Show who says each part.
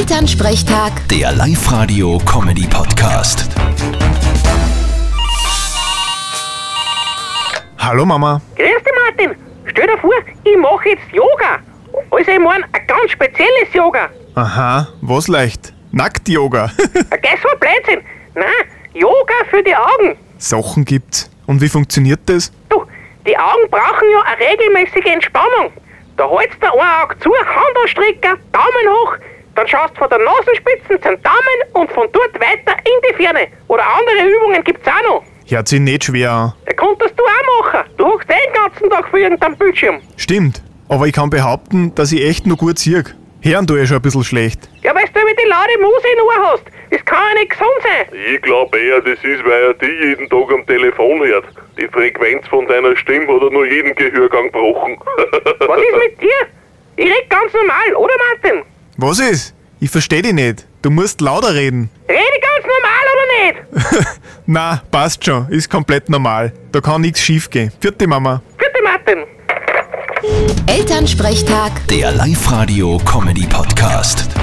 Speaker 1: Elternsprechtag,
Speaker 2: Der Live-Radio-Comedy-Podcast.
Speaker 3: Hallo Mama.
Speaker 4: Grüß dich, Martin. Stell dir vor, ich mache jetzt Yoga. Also, ich meine, ein ganz spezielles Yoga.
Speaker 3: Aha, was leicht? Nackt-Yoga.
Speaker 4: Ein Geiß war Blödsinn. Nein, Yoga für die Augen.
Speaker 3: Sachen gibt's. Und wie funktioniert das?
Speaker 4: Du, die Augen brauchen ja eine regelmäßige Entspannung. Da hältst du ein Auge zu, Hand anstrecken, Daumen hoch, dann schaust von der Nasenspitze zum Daumen und von dort weiter in die Ferne. Oder andere Übungen gibt's auch noch.
Speaker 3: Hört sich nicht schwer an.
Speaker 4: Da konntest du auch machen. Du hockst eh den ganzen Tag vor irgendeinem Bildschirm.
Speaker 3: Stimmt. Aber ich kann behaupten, dass ich echt nur gut sieg. Hören tue ich schon ein bisschen schlecht.
Speaker 4: Ja, weil du über die laute Muse in Ohr hast. Das kann ja nicht gesund sein.
Speaker 5: Ich glaube eher, das ist, weil er die jeden Tag am Telefon hört. Die Frequenz von deiner Stimme hat er nur jeden Gehörgang gebrochen.
Speaker 4: Was ist mit dir? Ich red ganz normal, oder Martin?
Speaker 3: Was ist? Ich versteh dich nicht. Du musst lauter reden.
Speaker 4: Rede ganz normal oder nicht?
Speaker 3: Na, passt schon. Ist komplett normal. Da kann nichts schief gehen. Vierte Mama.
Speaker 4: Bitte, Martin.
Speaker 1: Elternsprechtag.
Speaker 2: Der Live-Radio-Comedy-Podcast.